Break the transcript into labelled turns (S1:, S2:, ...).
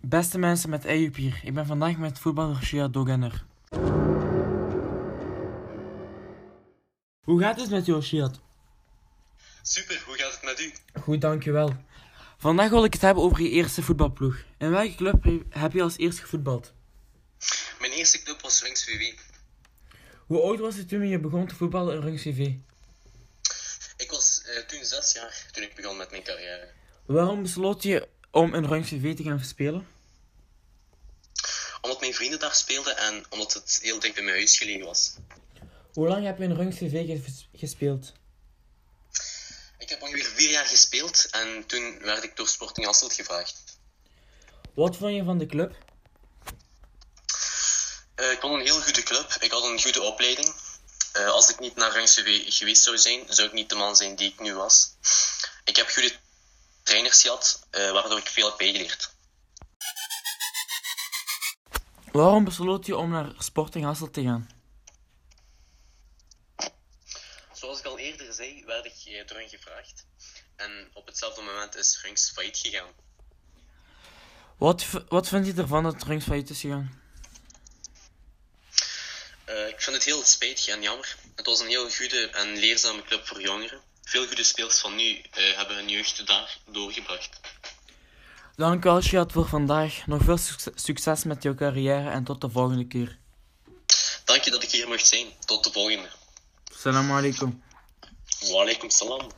S1: Beste mensen met Ejup hier. Ik ben vandaag met voetballer Shia Dogenner. Hoe gaat het met jou, Shiad?
S2: Super, hoe gaat het met u?
S1: Goed, dankjewel. Vandaag wil ik het hebben over je eerste voetbalploeg. In welke club he- heb je als eerst gevoetbald?
S2: Mijn eerste club was Wings VW.
S1: Hoe oud was je toen je begon te voetballen in Rungs CV?
S2: Ik was eh, toen zes jaar toen ik begon met mijn carrière.
S1: Waarom besloot je om in Rungs CV te gaan spelen?
S2: Omdat mijn vrienden daar speelden en omdat het heel dicht bij mijn huis gelegen was.
S1: Hoe lang heb je in Rungs CV gespeeld?
S2: Ik heb ongeveer vier jaar gespeeld en toen werd ik door Sporting Hasselt gevraagd.
S1: Wat vond je van de club?
S2: Eh, ik had een heel goede club, ik had een goede opleiding. Eh, als ik niet naar Rungs VW geweest zou zijn, zou ik niet de man zijn die ik nu was. Ik heb goede trainers gehad, eh, waardoor ik veel heb bijgeleerd.
S1: Waarom besloot je om naar Sporting Hasselt te gaan?
S2: Zoals ik al eerder zei, werd ik eh, door hen gevraagd. En op hetzelfde moment is Runks failliet gegaan.
S1: Wat, v- wat vind je ervan dat Rungs failliet is gegaan?
S2: Eh, ik vind het heel spijtig en jammer. Het was een heel goede en leerzame club voor jongeren. Veel goede speels van nu eh, hebben hun jeugd daar doorgebracht.
S1: Dank wel, Shiad, voor vandaag. Nog veel succes- succes met jouw carrière en tot de volgende keer.
S2: Dank je dat ik hier mocht zijn. Tot de volgende.
S1: Salam alaikum.
S2: Walaikum salam.